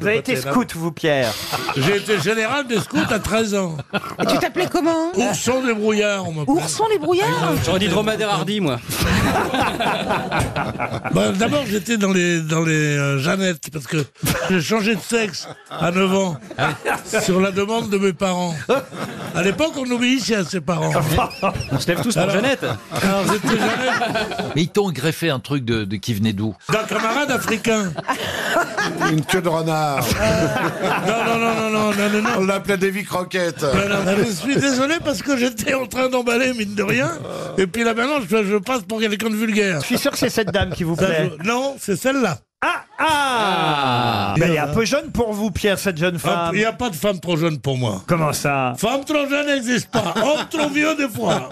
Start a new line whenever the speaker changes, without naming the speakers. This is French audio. Vous avez été scout, vous, Pierre.
J'ai été général de scout à 13 ans.
Et tu t'appelais comment
Ourson des brouillards, on m'appelait.
Ourson les brouillards
J'aurais dit dromadaire hardy, moi.
Bah, D'abord, j'étais dans les, dans les euh, Jeannettes, parce que j'ai changé de sexe à 9 ans, sur la demande de mes parents. À l'époque, on obéissait à ses parents.
On se lève tous par
Alors-
Jeannette.
Alors, j'étais Jeannette
Mais ils t'ont greffé un truc de, de qui venait d'où
d'un camarade africain.
Une queue de renard.
Non, non, non, non, non, non, non, non.
On l'appelait Davy Croquette.
Non, non, mais je suis désolé parce que j'étais en train d'emballer, mine de rien. Et puis là maintenant, je, je passe pour quelqu'un de vulgaire.
Je suis sûr que c'est cette dame qui vous
Ça,
plaît.
je- Non, c'est celle-là.
Ah Ah Ben, Elle est un peu jeune pour vous, Pierre, cette jeune
Ah,
femme.
Il n'y a pas de femme trop jeune pour moi.
Comment ça
Femme trop jeune n'existe pas. Homme trop vieux des fois.